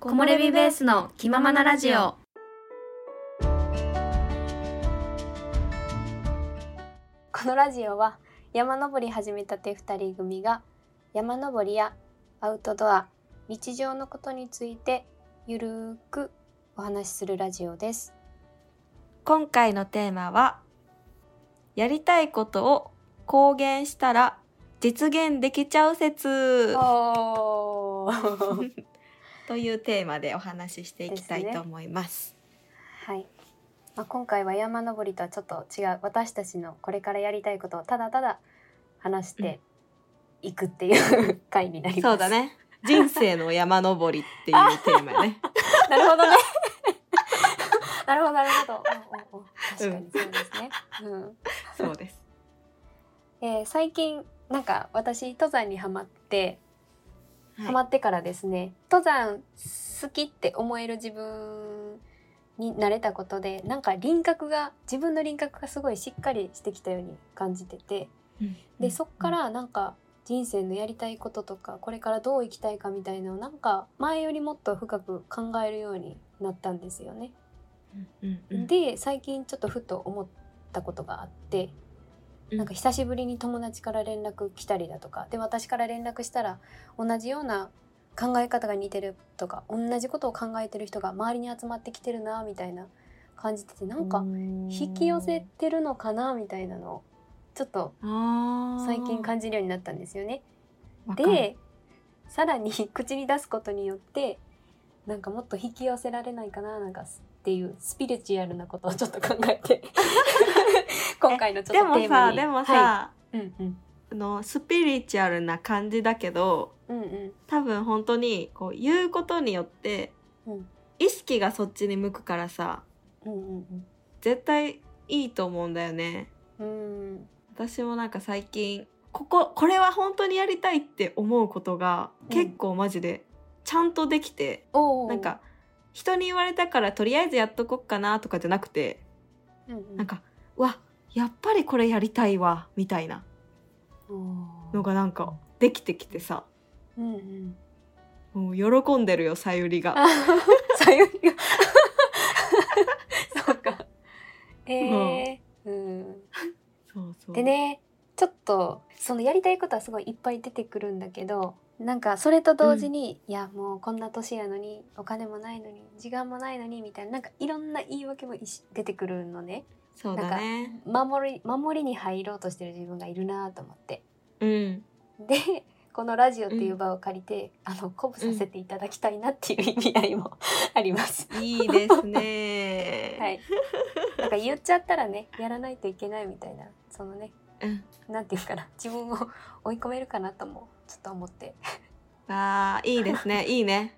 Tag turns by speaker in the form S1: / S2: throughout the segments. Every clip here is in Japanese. S1: 木漏れ日ベースの気ままなラジオ。
S2: このラジオは山登り始めたて2人組が山登りやアウトドア日常のことについてゆるーくお話しするラジオです
S3: 今回のテーマはやりたいことを公言したら実現できちゃう説
S2: おー
S3: というテーマでお話ししていきたいと思います。
S2: はい、まあ、今回は山登りとはちょっと違う私たちのこれからやりたいことをただただ話していくっていう、回になります
S3: そうだね。人生の山登りっていうテー マね。
S2: なるほどね。なるほどなる ほど。おおお確かにそうですね。うん。
S3: そうです。
S2: えー最近なんか私登山にハマって、
S3: はい
S2: ハマってからですね。登山好きって思える自分になれたことで、なんか輪郭が自分の輪郭がすごいしっかりしてきたように感じてて、でそっか、らなんか人生のやりたいこととかこれからどう生きたいかみたいなのをなんか前よりもっと深く考えるようになったんですよね。で最近ちょっとふと思ったことがあって、
S3: うん
S2: なんか久しぶりに友達から連絡来たりだとかで私から連絡したら同じような考え方が似てるとか同じことを考えてる人が周りに集まってきてるなみたいな感じててなんか引き寄せてるのかなみたいなのをちょっと最
S3: 最
S2: 近感じるようになったんですよね。
S3: で、わかる
S2: でさらに 口に出すことによってなんかもっと引き寄せられないかななんかすっていうスピリチュアルなことをちょっと考え て今回のちょっ
S3: で
S2: と
S3: も
S2: テーマ
S3: さ
S2: に
S3: でも
S2: は
S3: さ、
S2: い、うんうん
S3: あのスピリチュアルな感じだけど
S2: うんうん
S3: 多分本当にこう言うことによって、
S2: うん
S3: 意識がそっちに向くからさ
S2: うんうん
S3: 絶対いいと思うんだよね
S2: うんうん
S3: 私もなんか最近こここれは本当にやりたいって思うことが
S2: うん
S3: 結構マジでちゃんとできて、
S2: おー
S3: なんか人に言われたからとりあえずやっとこっかなとかじゃなくて、
S2: うんうん
S3: なんかうわやっぱりこれやりたいわみたいな
S2: おー
S3: のがなんかできてきてさ
S2: うんうん
S3: もう喜んでるよさゆりが。
S2: あ さゆりが そうかえーうん
S3: そうそう
S2: でねちょっとそのやりたいことはすごいいっぱい出てくるんだけどなんかそれと同時に、いやもうこんな年やのにお金もないのに時間もないのにみたいななんかいろんな言い訳もいし出てくるのね
S3: そうだね。
S2: 守り守りに入ろうとしてる自分がいるなと思って
S3: うん。
S2: でこのラジオっていう場を借りて、あの鼓舞させていただきたいなっていう意味合いも あります。。
S3: いいですね
S2: はい、なんか言っちゃったらねやらないといけないみたいなそのね
S3: うん。
S2: なんていうかな自分を追い込めるかなともちょっと思って、
S3: わあいいです ね。いいね。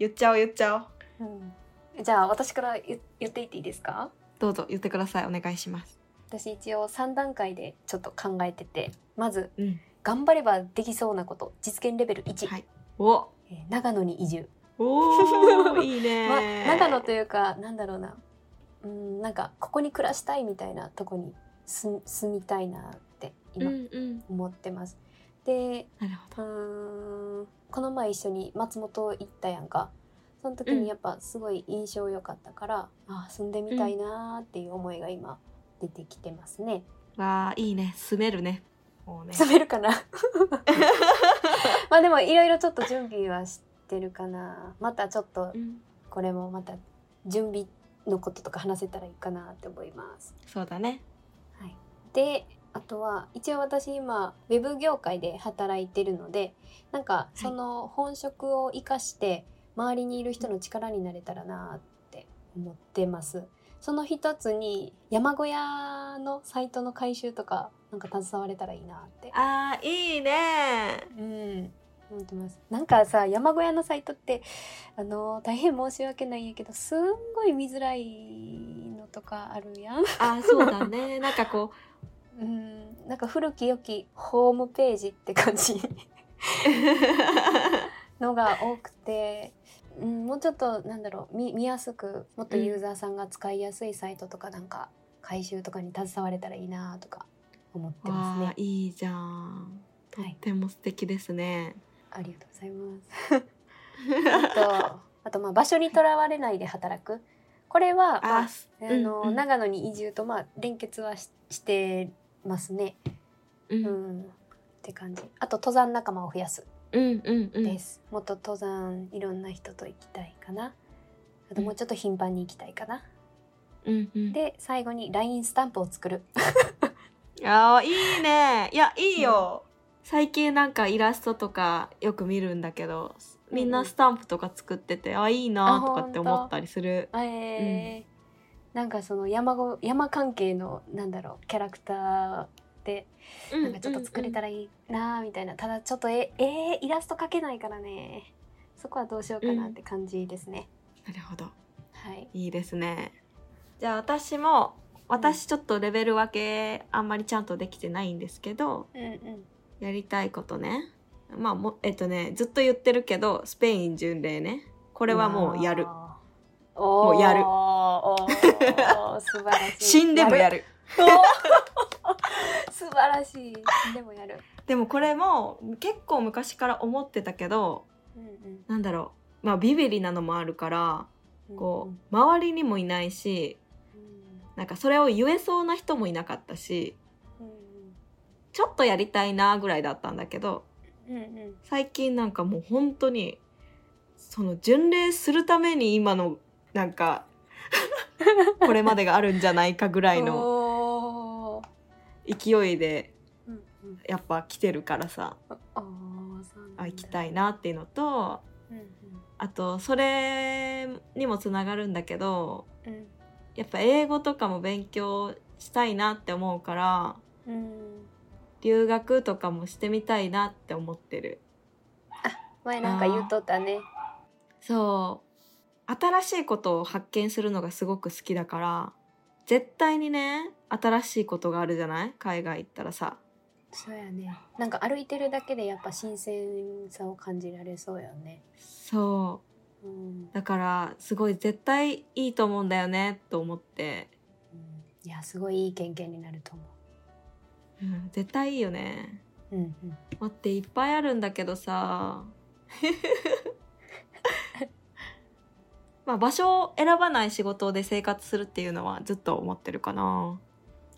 S3: 言っちゃおう言っちゃおう。
S2: じゃあ私から言言っていっていいですか
S3: どうぞ言ってください。お願いします。
S2: 私一応3段階でちょっと考えててまず
S3: うん。
S2: 頑張ればできそうなこと実現レベル1、
S3: はいお。
S2: えー長野に移住、
S3: おー いい
S2: ま
S3: ね、
S2: 長野というかなんだろうなうんなんかここに暮らしたいみたいなとこに住住みたいなって
S3: うんう
S2: 今
S3: ん
S2: 思ってます、で
S3: なるほど
S2: うーんこの前一緒に松本行ったやんかその時
S3: うん
S2: にやっぱすごい印象良かったから、ああ住んでみたいなーっていう思いが今出てきてますね、
S3: わあいいね住めるねもうね
S2: 住めるかなまあでもいろいろちょっと準備はしてるかなまたちょっと
S3: うん
S2: これもまた準備のこととか話せたらいいかなって思います
S3: そうだね
S2: であとは一応私今ウェブ業界で働いてるのでなんかその本職を生かして周りにいる人の力になれたらなって思ってますその一つに山小屋のサイトの改修とかなんか携われたらいいなって
S3: あーいい ね
S2: うん思ってますなんかさ山小屋のサイトってあの大変申し訳ないんやけどすんごい見づらいのとかあるやん
S3: あーそうだねなんか こ
S2: うんなんか古き良きホームページって感じ
S3: う
S2: のが多くて、うん、もうちょっとなんだろう見見やすくもっとユーザーさんが使いやすいサイトとかなんか回収とかに携われたらいいなとか思ってます
S3: わあ
S2: ね。
S3: いいじゃんと
S2: は
S3: っ
S2: い、
S3: ても素敵ですね、
S2: ありがとうございます。あと とまあ場所にとらわれないで働くこれは、まあ
S3: あ、
S2: あ
S3: うん
S2: の
S3: うん
S2: 長野に移住とまあ連結はししてますね、
S3: う、
S2: うんん、って感じあと登山仲間を増やす
S3: うんうんうん
S2: です、もっと登山いろんな人と行きたいかなあともうちょっと頻繁に行きたいかな、
S3: うんうん
S2: で最後に LINE スタンプを作る
S3: あーいいねいやいいよ、最近なんかイラストとかよく見るんだけどみんなスタンプとか作ってて、あいいなとかって思ったりする
S2: えーなんかその山ご山関係のなんだろうキャラクターでなんかちょっと作れた
S3: ら
S2: らいいなーみたいな、ただちょっとええーイラスト描けないからねそこはどうしようかなって感じですね、
S3: なるほど
S2: はい
S3: いいですねじゃあ私も私ちょっとレベル分けあんまりちゃんとできてないんですけど
S2: うんうん
S3: やりたいことねまあもえっとねずっと言ってるけどスペイン巡礼ねこ
S2: こ
S3: れはもうやる
S2: も
S3: うやる
S2: 素晴らし い
S3: 死んでもやる
S2: おー 素晴らしい死んでもやる
S3: でもこれも結構昔から思ってたけど
S2: うんうん
S3: なんだろうまあビビリなのもあるから
S2: うん
S3: こう周りにもいないし
S2: うん
S3: なんかそれを言えそうな人もいなかったし
S2: う
S3: ちょっとやりたいなぐらいだったんだけど
S2: んうんうんうん
S3: 最近なんかもう本当にその巡礼するために今のなん かこれまでがあるんじゃないかぐらいの
S2: おー
S3: 勢いで
S2: うんうん
S3: やっぱ来てるからさ
S2: あーそうなんだ
S3: あ行きたいなっていうのと
S2: うんうん
S3: あとそれにもつながるんだけど
S2: うん
S3: やっぱ英語とかも勉強したいなって思うから
S2: うん
S3: 留学とかもしてみたいなって思ってる
S2: 前なんか言うとったね
S3: そう新しいことを発見するのがすごく好きだから絶対にね新しいことがあるじゃない海外行ったらさ
S2: そうやねなんか歩いてるだけでやっぱ新鮮さを感じられそうやね
S3: そ
S2: うん
S3: うだからすごい絶対いいと思うんだよねと思って、
S2: うんいやすごいいい経験になると思
S3: うん、絶対いいよね
S2: ううんうん
S3: 待っていっぱいあるんだけどさ まあ場所を選ばない仕事で生活するっていうのはずっと思ってるかな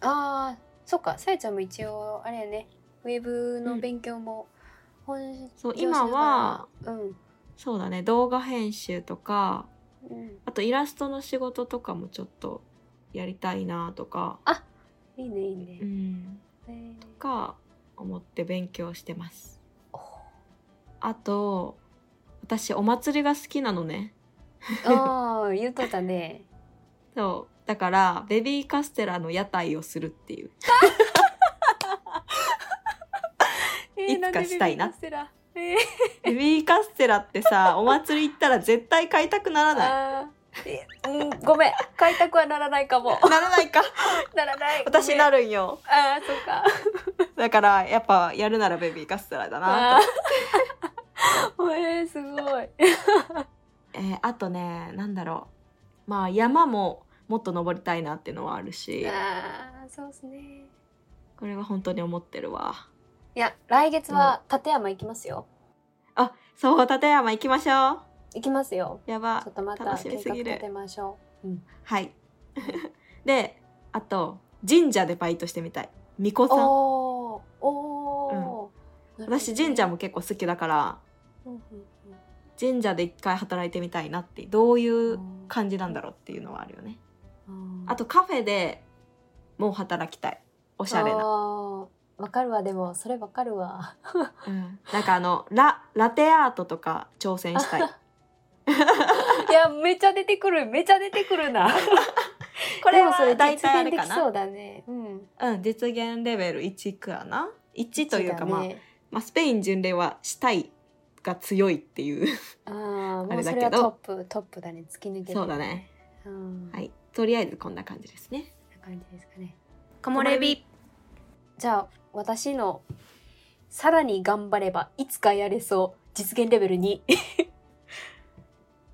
S2: あーそっかさやちゃんも一応あれやねウェブの勉強も本
S3: そう
S2: 業しな
S3: 今
S2: がら
S3: は
S2: うん
S3: そうだね動画編集とか
S2: うん
S3: あとイラストの仕事とかもちょっとやりたいなとか、
S2: いいねいいね
S3: うん、
S2: へー
S3: か思って勉強してます
S2: おー
S3: あと私お祭りが好きなのね
S2: ああ言うとっ たね
S3: そうだからベビーカステラの屋台をするっていういつかしたいな
S2: えーんでビビカステラえー
S3: ベビーカステラってさお祭り行ったら絶対買いたくならない
S2: あーえうんごめん開拓はならない かも
S3: ならないか
S2: ならない
S3: 私な
S2: る
S3: るんよ
S2: ああそっか
S3: だからやっぱやるならベビーカステラだな
S2: あーえー、すごい
S3: えーあとねなんだろうまあ山ももっと登りたいなっていうのはあるし
S2: ああそうですね
S3: これは本当に思ってるわ
S2: いや来月は立山行きますよ、
S3: あそう立山行きましょ
S2: 行きますよ
S3: うやば
S2: ちょっとまた
S3: 楽し
S2: 計
S3: みす
S2: 画
S3: ぎる
S2: 立てましょう、うん、
S3: はい であと神社でバイトしてみたい巫女さん
S2: おーおー、なるほどね
S3: 私神社も、結構好きだから
S2: うんうん
S3: 神社で一回働いてみたいなってどう
S2: う
S3: いうん感じなんだろうっていうのはあるよね
S2: うん
S3: あとカフェでもう働きたいおしゃれ
S2: あ
S3: な、
S2: ーわかるわでもそれわかるわ
S3: うん、なんかあのララテアートとか挑戦 したい
S2: いやめちゃ出てくるめちゃ出てくるな
S3: これ
S2: でもそ
S3: は
S2: れ
S3: 大
S2: 大
S3: 体あ
S2: 体
S3: れ
S2: で
S3: か
S2: き
S3: な
S2: そうだねうん
S3: うん実現レベル1かな1というか
S2: だ
S3: まあ、
S2: ね
S3: まあ、スペイン巡礼はしたいが強いっていう
S2: あー
S3: あ
S2: も
S3: れ
S2: う
S3: だ
S2: そ
S3: け
S2: れ
S3: ど
S2: はトップトップだね突き抜けてる
S3: そうだね
S2: うん
S3: はいとりあえずこんな感じですね
S2: こんな感じですかね
S1: 木漏れ日。
S2: じゃあ私のさらに頑張ればいつかやれそう実現レベル2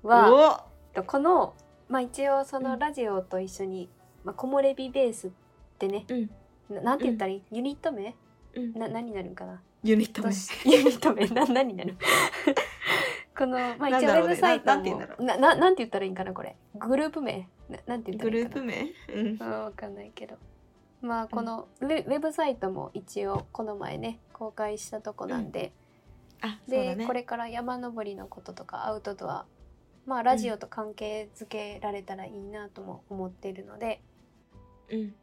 S2: は
S3: お
S2: とこの、まあ、一応そ
S3: うん
S2: のラジオと一緒に「まあ、木漏れ日ベース」ってね
S3: うん
S2: ななんて言ったらいい、ユニット名
S3: うん
S2: な何になるんかな
S3: ユニット
S2: ど
S3: 名
S2: うしユニット名な何になる この、まあ、
S3: なん
S2: 一応ウ
S3: だろう
S2: ェ
S3: ね
S2: ブサイト
S3: ななんて言うんだろ
S2: もなななんて言ったらいいんかなこれグループ名ななんて言った
S3: グ
S2: らいい
S3: ルー
S2: んか
S3: プ
S2: な
S3: 名うん
S2: うんわかんないけどまあこのウェ,、ウェブサイトも一応この前ね公開したとこなんで、
S3: あそう
S2: で、
S3: だね
S2: これから山登りのこととかアウトドアまあラジオと関係づけられたらいいなとも思っているので、
S3: うん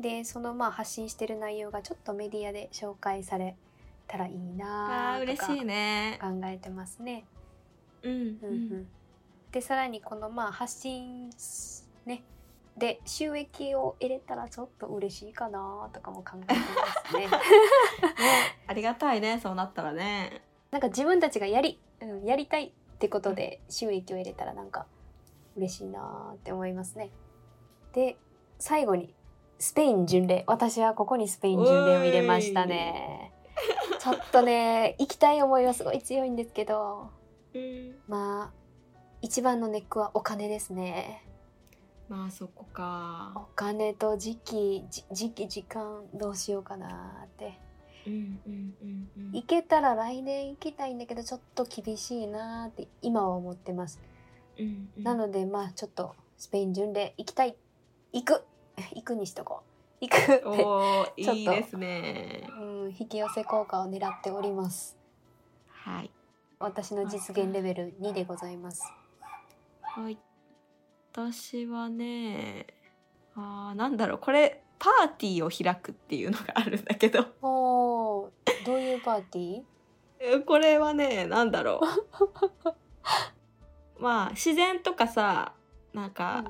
S2: でそのまあ発信してる内容がちょっとメディアで紹介されたらいい
S3: あ
S2: な
S3: ー
S2: と
S3: 嬉
S2: か
S3: しいね
S2: 考えてますね。
S3: うん
S2: うんうんでさらにこのまあ発信すねで収益を入れたらちょっと嬉しいかなとかも考えてますね。
S3: ありがたいねそうなったらね
S2: なんか自分たちがやり、うん、やりたいってことで収益を入れたらなんか嬉しいなーって思いますね。で最後にスペイン巡礼私はここにスペイン巡礼を入れましたね。ちょっとね行きたい思いはすごい強いんですけど
S3: うん
S2: まあ一番のネックはお金ですね。
S3: まあそこ
S2: お
S3: か
S2: 金と時期じ時期時間どうしようかなーって。
S3: うんうんうんうん
S2: 行けたら来年行きたいんだけどちょっと厳しいなーって今は思ってます。
S3: うんうん
S2: なのでまあちょっとスペイン巡礼行きたい行く 行くにしとこう行くって、
S3: おー
S2: ちょっと
S3: いいですね
S2: うん、引き寄せ効果を狙っております
S3: はい
S2: 私の実現レベル2でございます
S3: はい私はねあーなんだろうこれパーティーを開くっていうのがあるんだけ ど
S2: おーどういうパーティー
S3: えこれはねなんだろ うまあ自然とかさなんか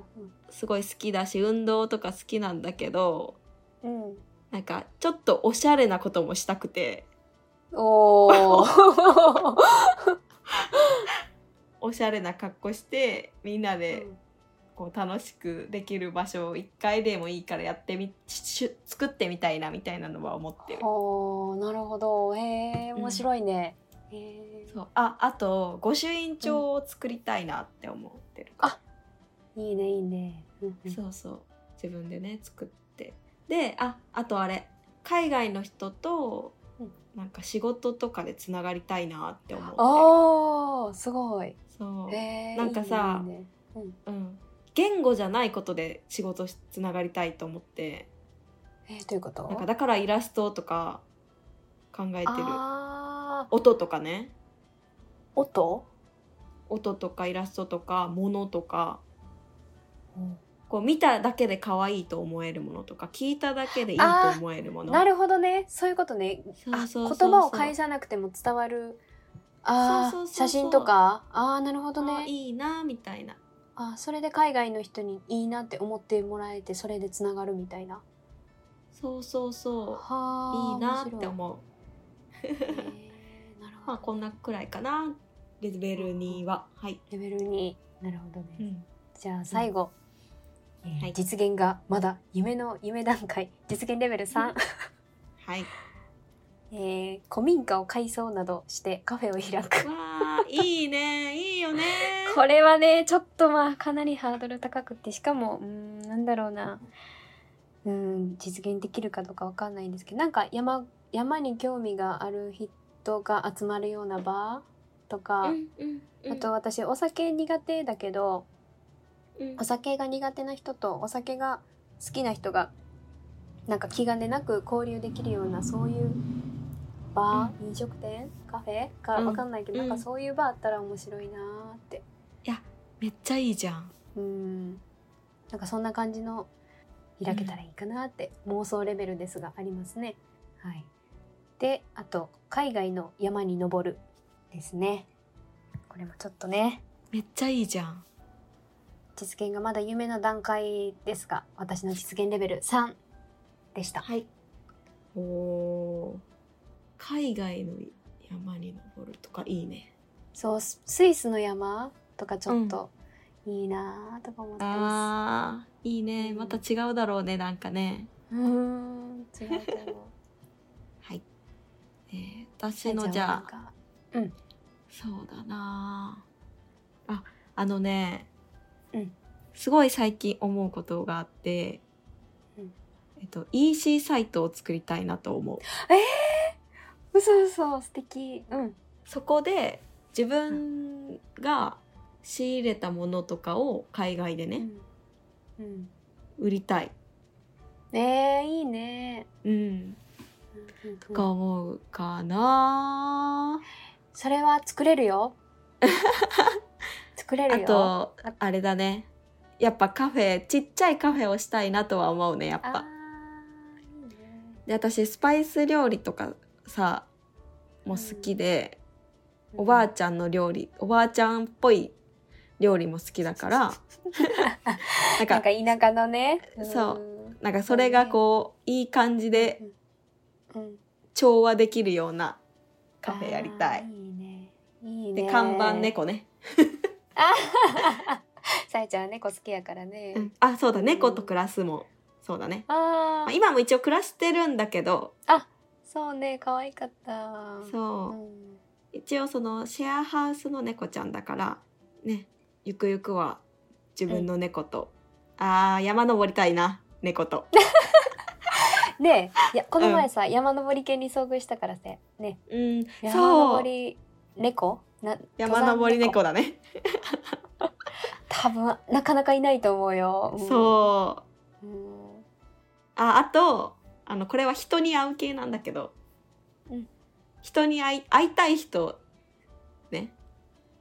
S3: すごい好きだし運動とか好きなんだけど
S2: うん、うん
S3: なんかちょっとおしゃれなこともしたくて
S2: おー
S3: おしゃれな格好してみんな
S2: う
S3: で
S2: ん
S3: こう楽しくできる場所を1回でもいいからやってみしし作ってみたいなみたいなのは思ってる。
S2: おーなるほどへえ
S3: うん
S2: 面白いね、へー
S3: そうああと御朱印帳を作りたいなって思ってるから、
S2: いいねいいね、うんうん
S3: そうそう自分でね作ってでああとあれ海外の人と
S2: うん
S3: なんか仕事とかでつながりたいなって思って
S2: おーすごい
S3: るそう、
S2: へー
S3: なんかさ
S2: いいねいいねうん
S3: うん、言語じゃないことで仕事しつながりたいと思って
S2: えー、どういうこと
S3: なんかだからイラストとか考えてる
S2: あー
S3: 音とかね
S2: 音、
S3: 音とかイラストとか物とかこう見ただけで可愛いと思えるものとか聞いただけでいいと思えるもの
S2: なるほどねそういうことね
S3: そうそうそう
S2: あ言葉を返さなくても伝わるあー
S3: そうそうそうそう
S2: 写真とかああなるほど
S3: あ
S2: ね
S3: いいなみたいな
S2: あそれで海外の人にいいなって思ってもらえてそれでつながるみたいな
S3: そうそうそう
S2: はー
S3: いいなって
S2: 面
S3: 思う
S2: 白いへーなるほ
S3: まあ
S2: ど
S3: こんなくらいかなレベル2ははい、
S2: レベル2なるほどね、
S3: うん、
S2: じゃあ最後、えー
S3: はい
S2: 実現がまだ夢の夢段階実現レベル3
S3: はい
S2: えー古民家を改装などしてカフェを開く
S3: わあいいねいいよね
S2: これはねちょっとまあかなりハードル高くってしかもうーんなんだろうなうーん実現できるかどうかわかんないんですけどなんか山山に興味がある人が集まるような場とか、
S3: うんうんうん
S2: あと私お酒苦手だけど
S3: うん
S2: お酒が苦手な人とお酒が好きな人がなんか気兼ねなく交流できるようなそういうバー、飲食店カフェか
S3: うん
S2: わかんないけど、
S3: うん
S2: なんかそういうバーあったら面白いなーって
S3: めっちゃいいじゃん
S2: うんなんかそんな感じの開けたらいいかなって妄想レベルですがありますね。はい、であと海外の山に登るですね。これもちょっとね
S3: めっちゃいいじゃん
S2: 実現がまだ夢の段階ですが私の実現レベル3でした
S3: はいおお海外の山に登るとかいいね
S2: そうススイスの山とかちょっといいなーとか思ってま
S3: あーいいねまた違うだろうねなんかね
S2: すうーん違うと思う
S3: はい、えー、私のじゃあ
S2: あ
S3: そうだなあああのね、
S2: うん
S3: すごい最近思うことがあって、
S2: うん
S3: えっと、EC サイトを作りたいなと思う
S2: 嘘嘘素敵うん
S3: そこで自分が仕入れたものとかを海外でね、
S2: うんうん
S3: 売りたい、
S2: ねえいいね
S3: うん、
S2: うんうん
S3: とか思うかな、
S2: それは作れ るよ作れ
S3: あ
S2: るよ
S3: と
S2: あ
S3: あれだねやっぱカフェちっちゃいカフェをしたいなとは思うねやっ
S2: あ
S3: ぱ。
S2: ーいいね
S3: で私スパイス料理とかさも好きで、おばあちゃんの料理おばあちゃんっぽい料理も好きだからなん
S2: な
S3: か
S2: んか田舎のね
S3: そ
S2: うん
S3: なんかそれがこういい感じで
S2: うんうん
S3: 調和できるようなカフェやりた
S2: あ
S3: い
S2: ー。いいねいい
S3: で
S2: ね
S3: 看板猫ね、
S2: さえちゃんは猫好きやからね、
S3: うんあそうだ猫と暮らすもそうだね、ま
S2: あ
S3: あ、
S2: ー
S3: 今も一応暮らしてるんだけど
S2: そうね可愛かった
S3: そう、
S2: ん
S3: 一応そのシェアハウスの猫ちゃんだからねゆくゆくは自分の猫と、あー山登りたいな猫 と
S2: ねえいやこの前さ、山登り犬に遭遇したからさね
S3: うん
S2: 山
S3: そ
S2: 登
S3: う
S2: り猫な
S3: 山登り猫だね、
S2: 多分なかなかいないと思うよ、うん
S3: そう
S2: うん
S3: ああとあのこれは人に会う系なんだけど、
S2: うん
S3: 人に会い会いたい人ね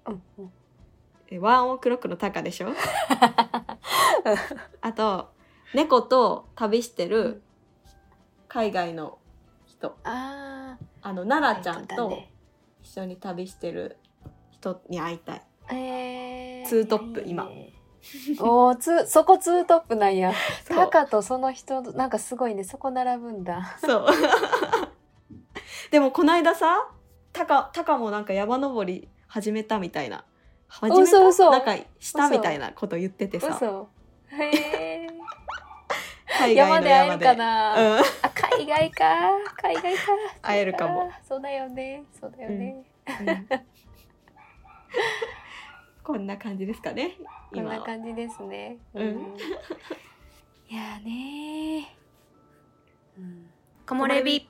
S2: うんうん
S3: えワンオクロックのタカでし ょあと猫と旅して
S2: うん
S3: る海外の人
S2: あ
S3: あの奈良ちゃん
S2: タイプだ
S3: と
S2: ね
S3: 一緒に旅してる人に会いたい、
S2: えー
S3: ツートップ今
S2: いいね おーつそこツートップなんや
S3: そう
S2: タカとその人なんかすごいねそこ並ぶんだ
S3: そう でもこないださタカタカもなんか山登り始めたみたいな始め
S2: 嘘嘘
S3: なんかしたみたいなこと言っててさ
S2: 嘘へえ
S3: 海外
S2: 山
S3: の
S2: で会え
S3: 山
S2: る
S3: で
S2: かな、
S3: うん、
S2: あ海外か海外か
S3: 会えるかも
S2: あーそうだよねそうだよね、
S3: こんな感じですかね
S2: こん
S3: 今
S2: な
S3: は
S2: 感じですね
S3: うん
S2: いやーねー、うん、
S1: 木漏れ日。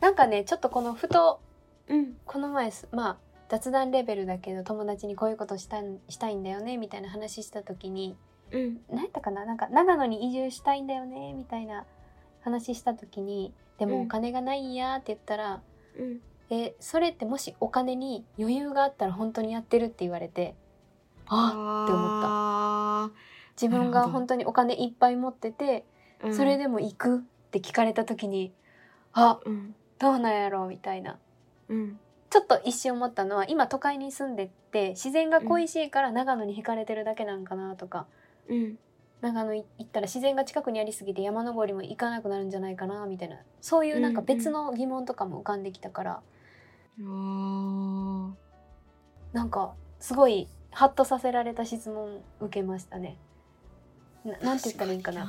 S2: なんかねちょっとこのふと
S3: うん
S2: この前すまあ雑談レベルだけど友達にこういうことしたんしたいんだよねみたいな話した時に
S3: うん
S2: 何やったかななんか長野に移住したいんだよねみたいな話した時にで
S3: う
S2: も
S3: ん
S2: お金がないんやって言ったら、
S3: うん
S2: えそれってもしお金に余裕があったら本当にやってるって言われてあって思っ
S3: 思っ
S2: 自分
S3: なる
S2: が
S3: ほど
S2: 本当にお金いっぱい持ってて、
S3: た、うん
S2: それ、でも行くって聞かれた時にあ
S3: うん
S2: どうなんやろうみたいな
S3: うん、
S2: ちょっと一瞬思ったのは今都会に住んでって自然が恋しいから長野に惹かれてるだけなんかなとか、
S3: うん、
S2: 長野い行ったら自然が近くにありすぎて山登りも行かなくなるんじゃないかなみたいなそういうなんか
S3: うんうん
S2: 別の疑問とかも浮かんできたから、
S3: おー
S2: なんかすごいハッとさせられた質問受けましたね。ななんて言ったらいいんかな。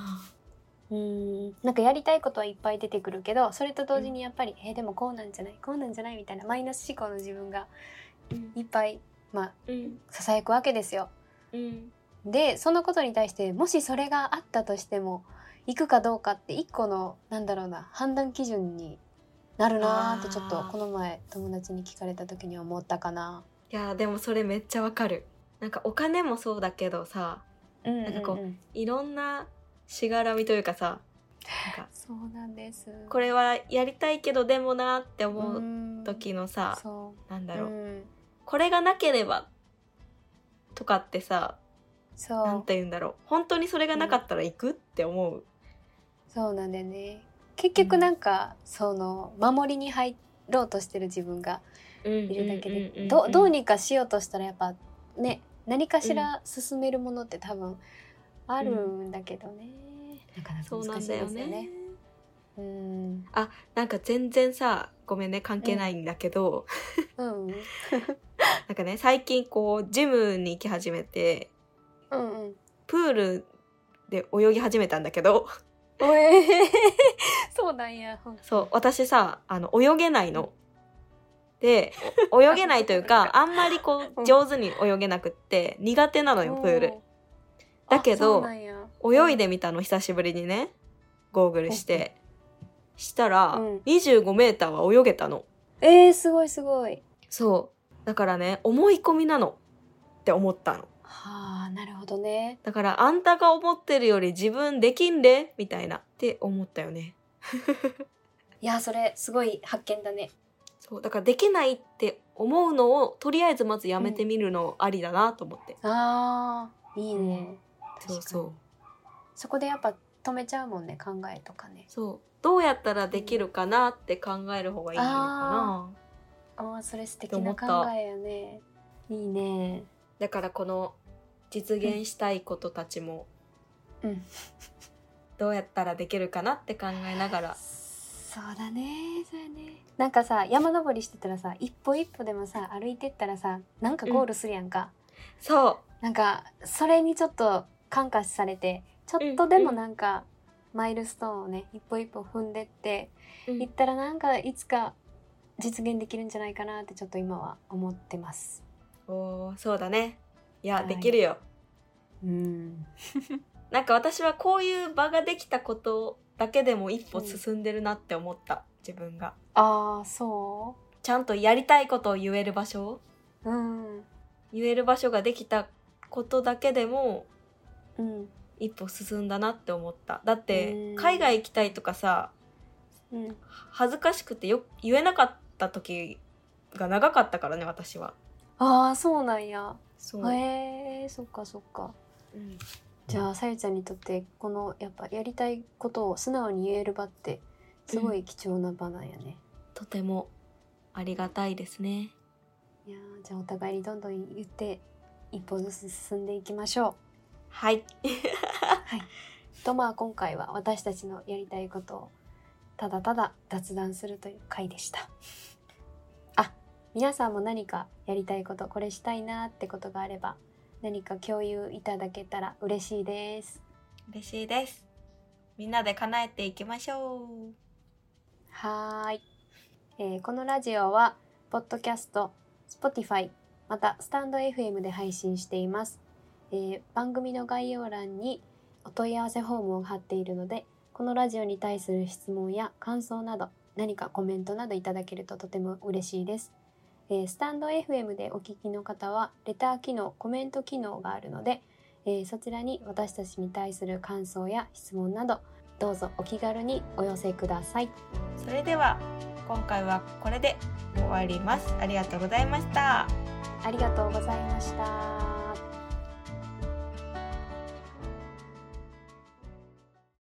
S2: うーんなんかやりたいことはいっぱい出てくるけどそれと同時にやっぱり、えーでもこうなんじゃないこうなんじゃないみたいなマイナス思考の自分が
S3: うん
S2: いっぱいまあ
S3: うん
S2: ささやくわけですよ。
S3: うん
S2: でそのことに対してもしそれがあったとしても行くかどうかって一個のなんだろうな判断基準になるなーって
S3: あー
S2: ちょっとこの前友達に聞かれた時に思ったかな。
S3: いやーでもそれめっちゃわかるなんかお金もそうだけどさ
S2: うんうん
S3: なんかこう
S2: うん
S3: いろんなしがらみというかさなんか
S2: そうなんです。
S3: これはやりたいけどでもなーって思う
S2: の
S3: 時のさ、
S2: そ
S3: なん
S2: う
S3: だろう、
S2: うん
S3: これがなければとかってさ
S2: そう
S3: なんて言うんだろう本当にそれがなかったら行くって思う、
S2: そうなんだよね結局なんか、その守りに入ろうとしてる自分がいるだけでどどうにかしようとしたらやっぱね何かしら進めるものって多分あるんだけどね、なかな
S3: そう
S2: か
S3: な
S2: 難
S3: ん
S2: しい
S3: だ
S2: で
S3: よ
S2: すよね
S3: ね。
S2: うん
S3: なんか全然さごめんね関係ないんだけど、
S2: うんうん
S3: なんかね最近こうジムに行き始めて
S2: うん
S3: プールで泳ぎ始めたんだけど
S2: おえそうなんや
S3: そう私さあの泳げないの。でお泳げないという かあんまりこ
S2: うん
S3: う上手に泳げなくって苦手なのよプール。だけど泳いでみたの久しぶりにねゴーグルしてしたら
S2: うん
S3: 25メーターは泳げたの
S2: えー、すごいすごい
S3: そだからね思い込みなのって思ったの
S2: はあなるほどね
S3: だからあんたが思ってるより自分できんでみたいなって思ったよね
S2: いやそれすごい発見だね
S3: そうだからできないって思うのをとりあえずまずやめてみるのありだなと思って、
S2: あーいいね、確か
S3: そう
S2: に
S3: そう
S2: そこでやっぱ止めちゃうもんね考えとかね
S3: そうどうやったらできるかなって考える方がいいのかな、
S2: ああそれ素
S3: っ
S2: 敵
S3: て思
S2: な
S3: っ
S2: 考
S3: た
S2: えやねいいね
S3: だからこの実現したいことたちも、
S2: うん
S3: どうやったらできるかなって考えな がら
S2: そうだねそうやねなんかさ山登りしてたらさ一歩一歩でもさ歩いてったらさなんかゴールするやんか、
S3: そう
S2: なんかそれにちょっと感化されてちょっとでもなんか、マイルストーンをね一歩一歩踏んでっていったらなんかいつか実現できるんじゃないかなってちょっと今は思ってます
S3: おーそうだねいや、
S2: はい
S3: できるよ
S2: うん
S3: なんか私はこういう場ができたことだけでも一歩進んでるなって思った自分が
S2: ああそ
S3: ちゃんとやりたいことを言える場所
S2: ううん
S3: 言える場所ができたことだけでも
S2: うん
S3: 一歩進んだなって思っただって
S2: うん
S3: 海外行きたいとかさ
S2: うん
S3: 恥ずかしくてよ言えなかった時が長かったからね私は
S2: ああそうなんや
S3: そう、
S2: へえそっかそっか
S3: うん
S2: じゃあさゆちゃんにとってこのやっぱやりたいことを素直に言える場ってすごい貴重な場なんやね、
S3: とてもありがたいですね
S2: いやーじゃあお互いにどんどん言って一歩ずつ進んでいきましょ
S3: はい、
S2: うとまあ今回は私たちのやりたいことをただただ雑談するという回でした あ皆さんも何かやりたいことこれしたいなーってことがあれば何か共有いただけたら嬉しいです
S3: 嬉しいですみんなで叶えていきましょう
S2: はーい、えーこのラジオはポッドキャスト、Spotify またスタンド FM で配信しています、えー番組の概要欄にお問い合わせフォームを貼っているのでこのラジオに対する質問や感想など何かコメントなどいただけるととても嬉しいです、えースタンド FM でお聞きの方はレター機能コメント機能があるので、えーそちらに私たちに対する感想や質問などどうぞお気軽にお寄せください
S3: それでは今回はこれで終わりますありがとうございました
S2: ありがとうございました。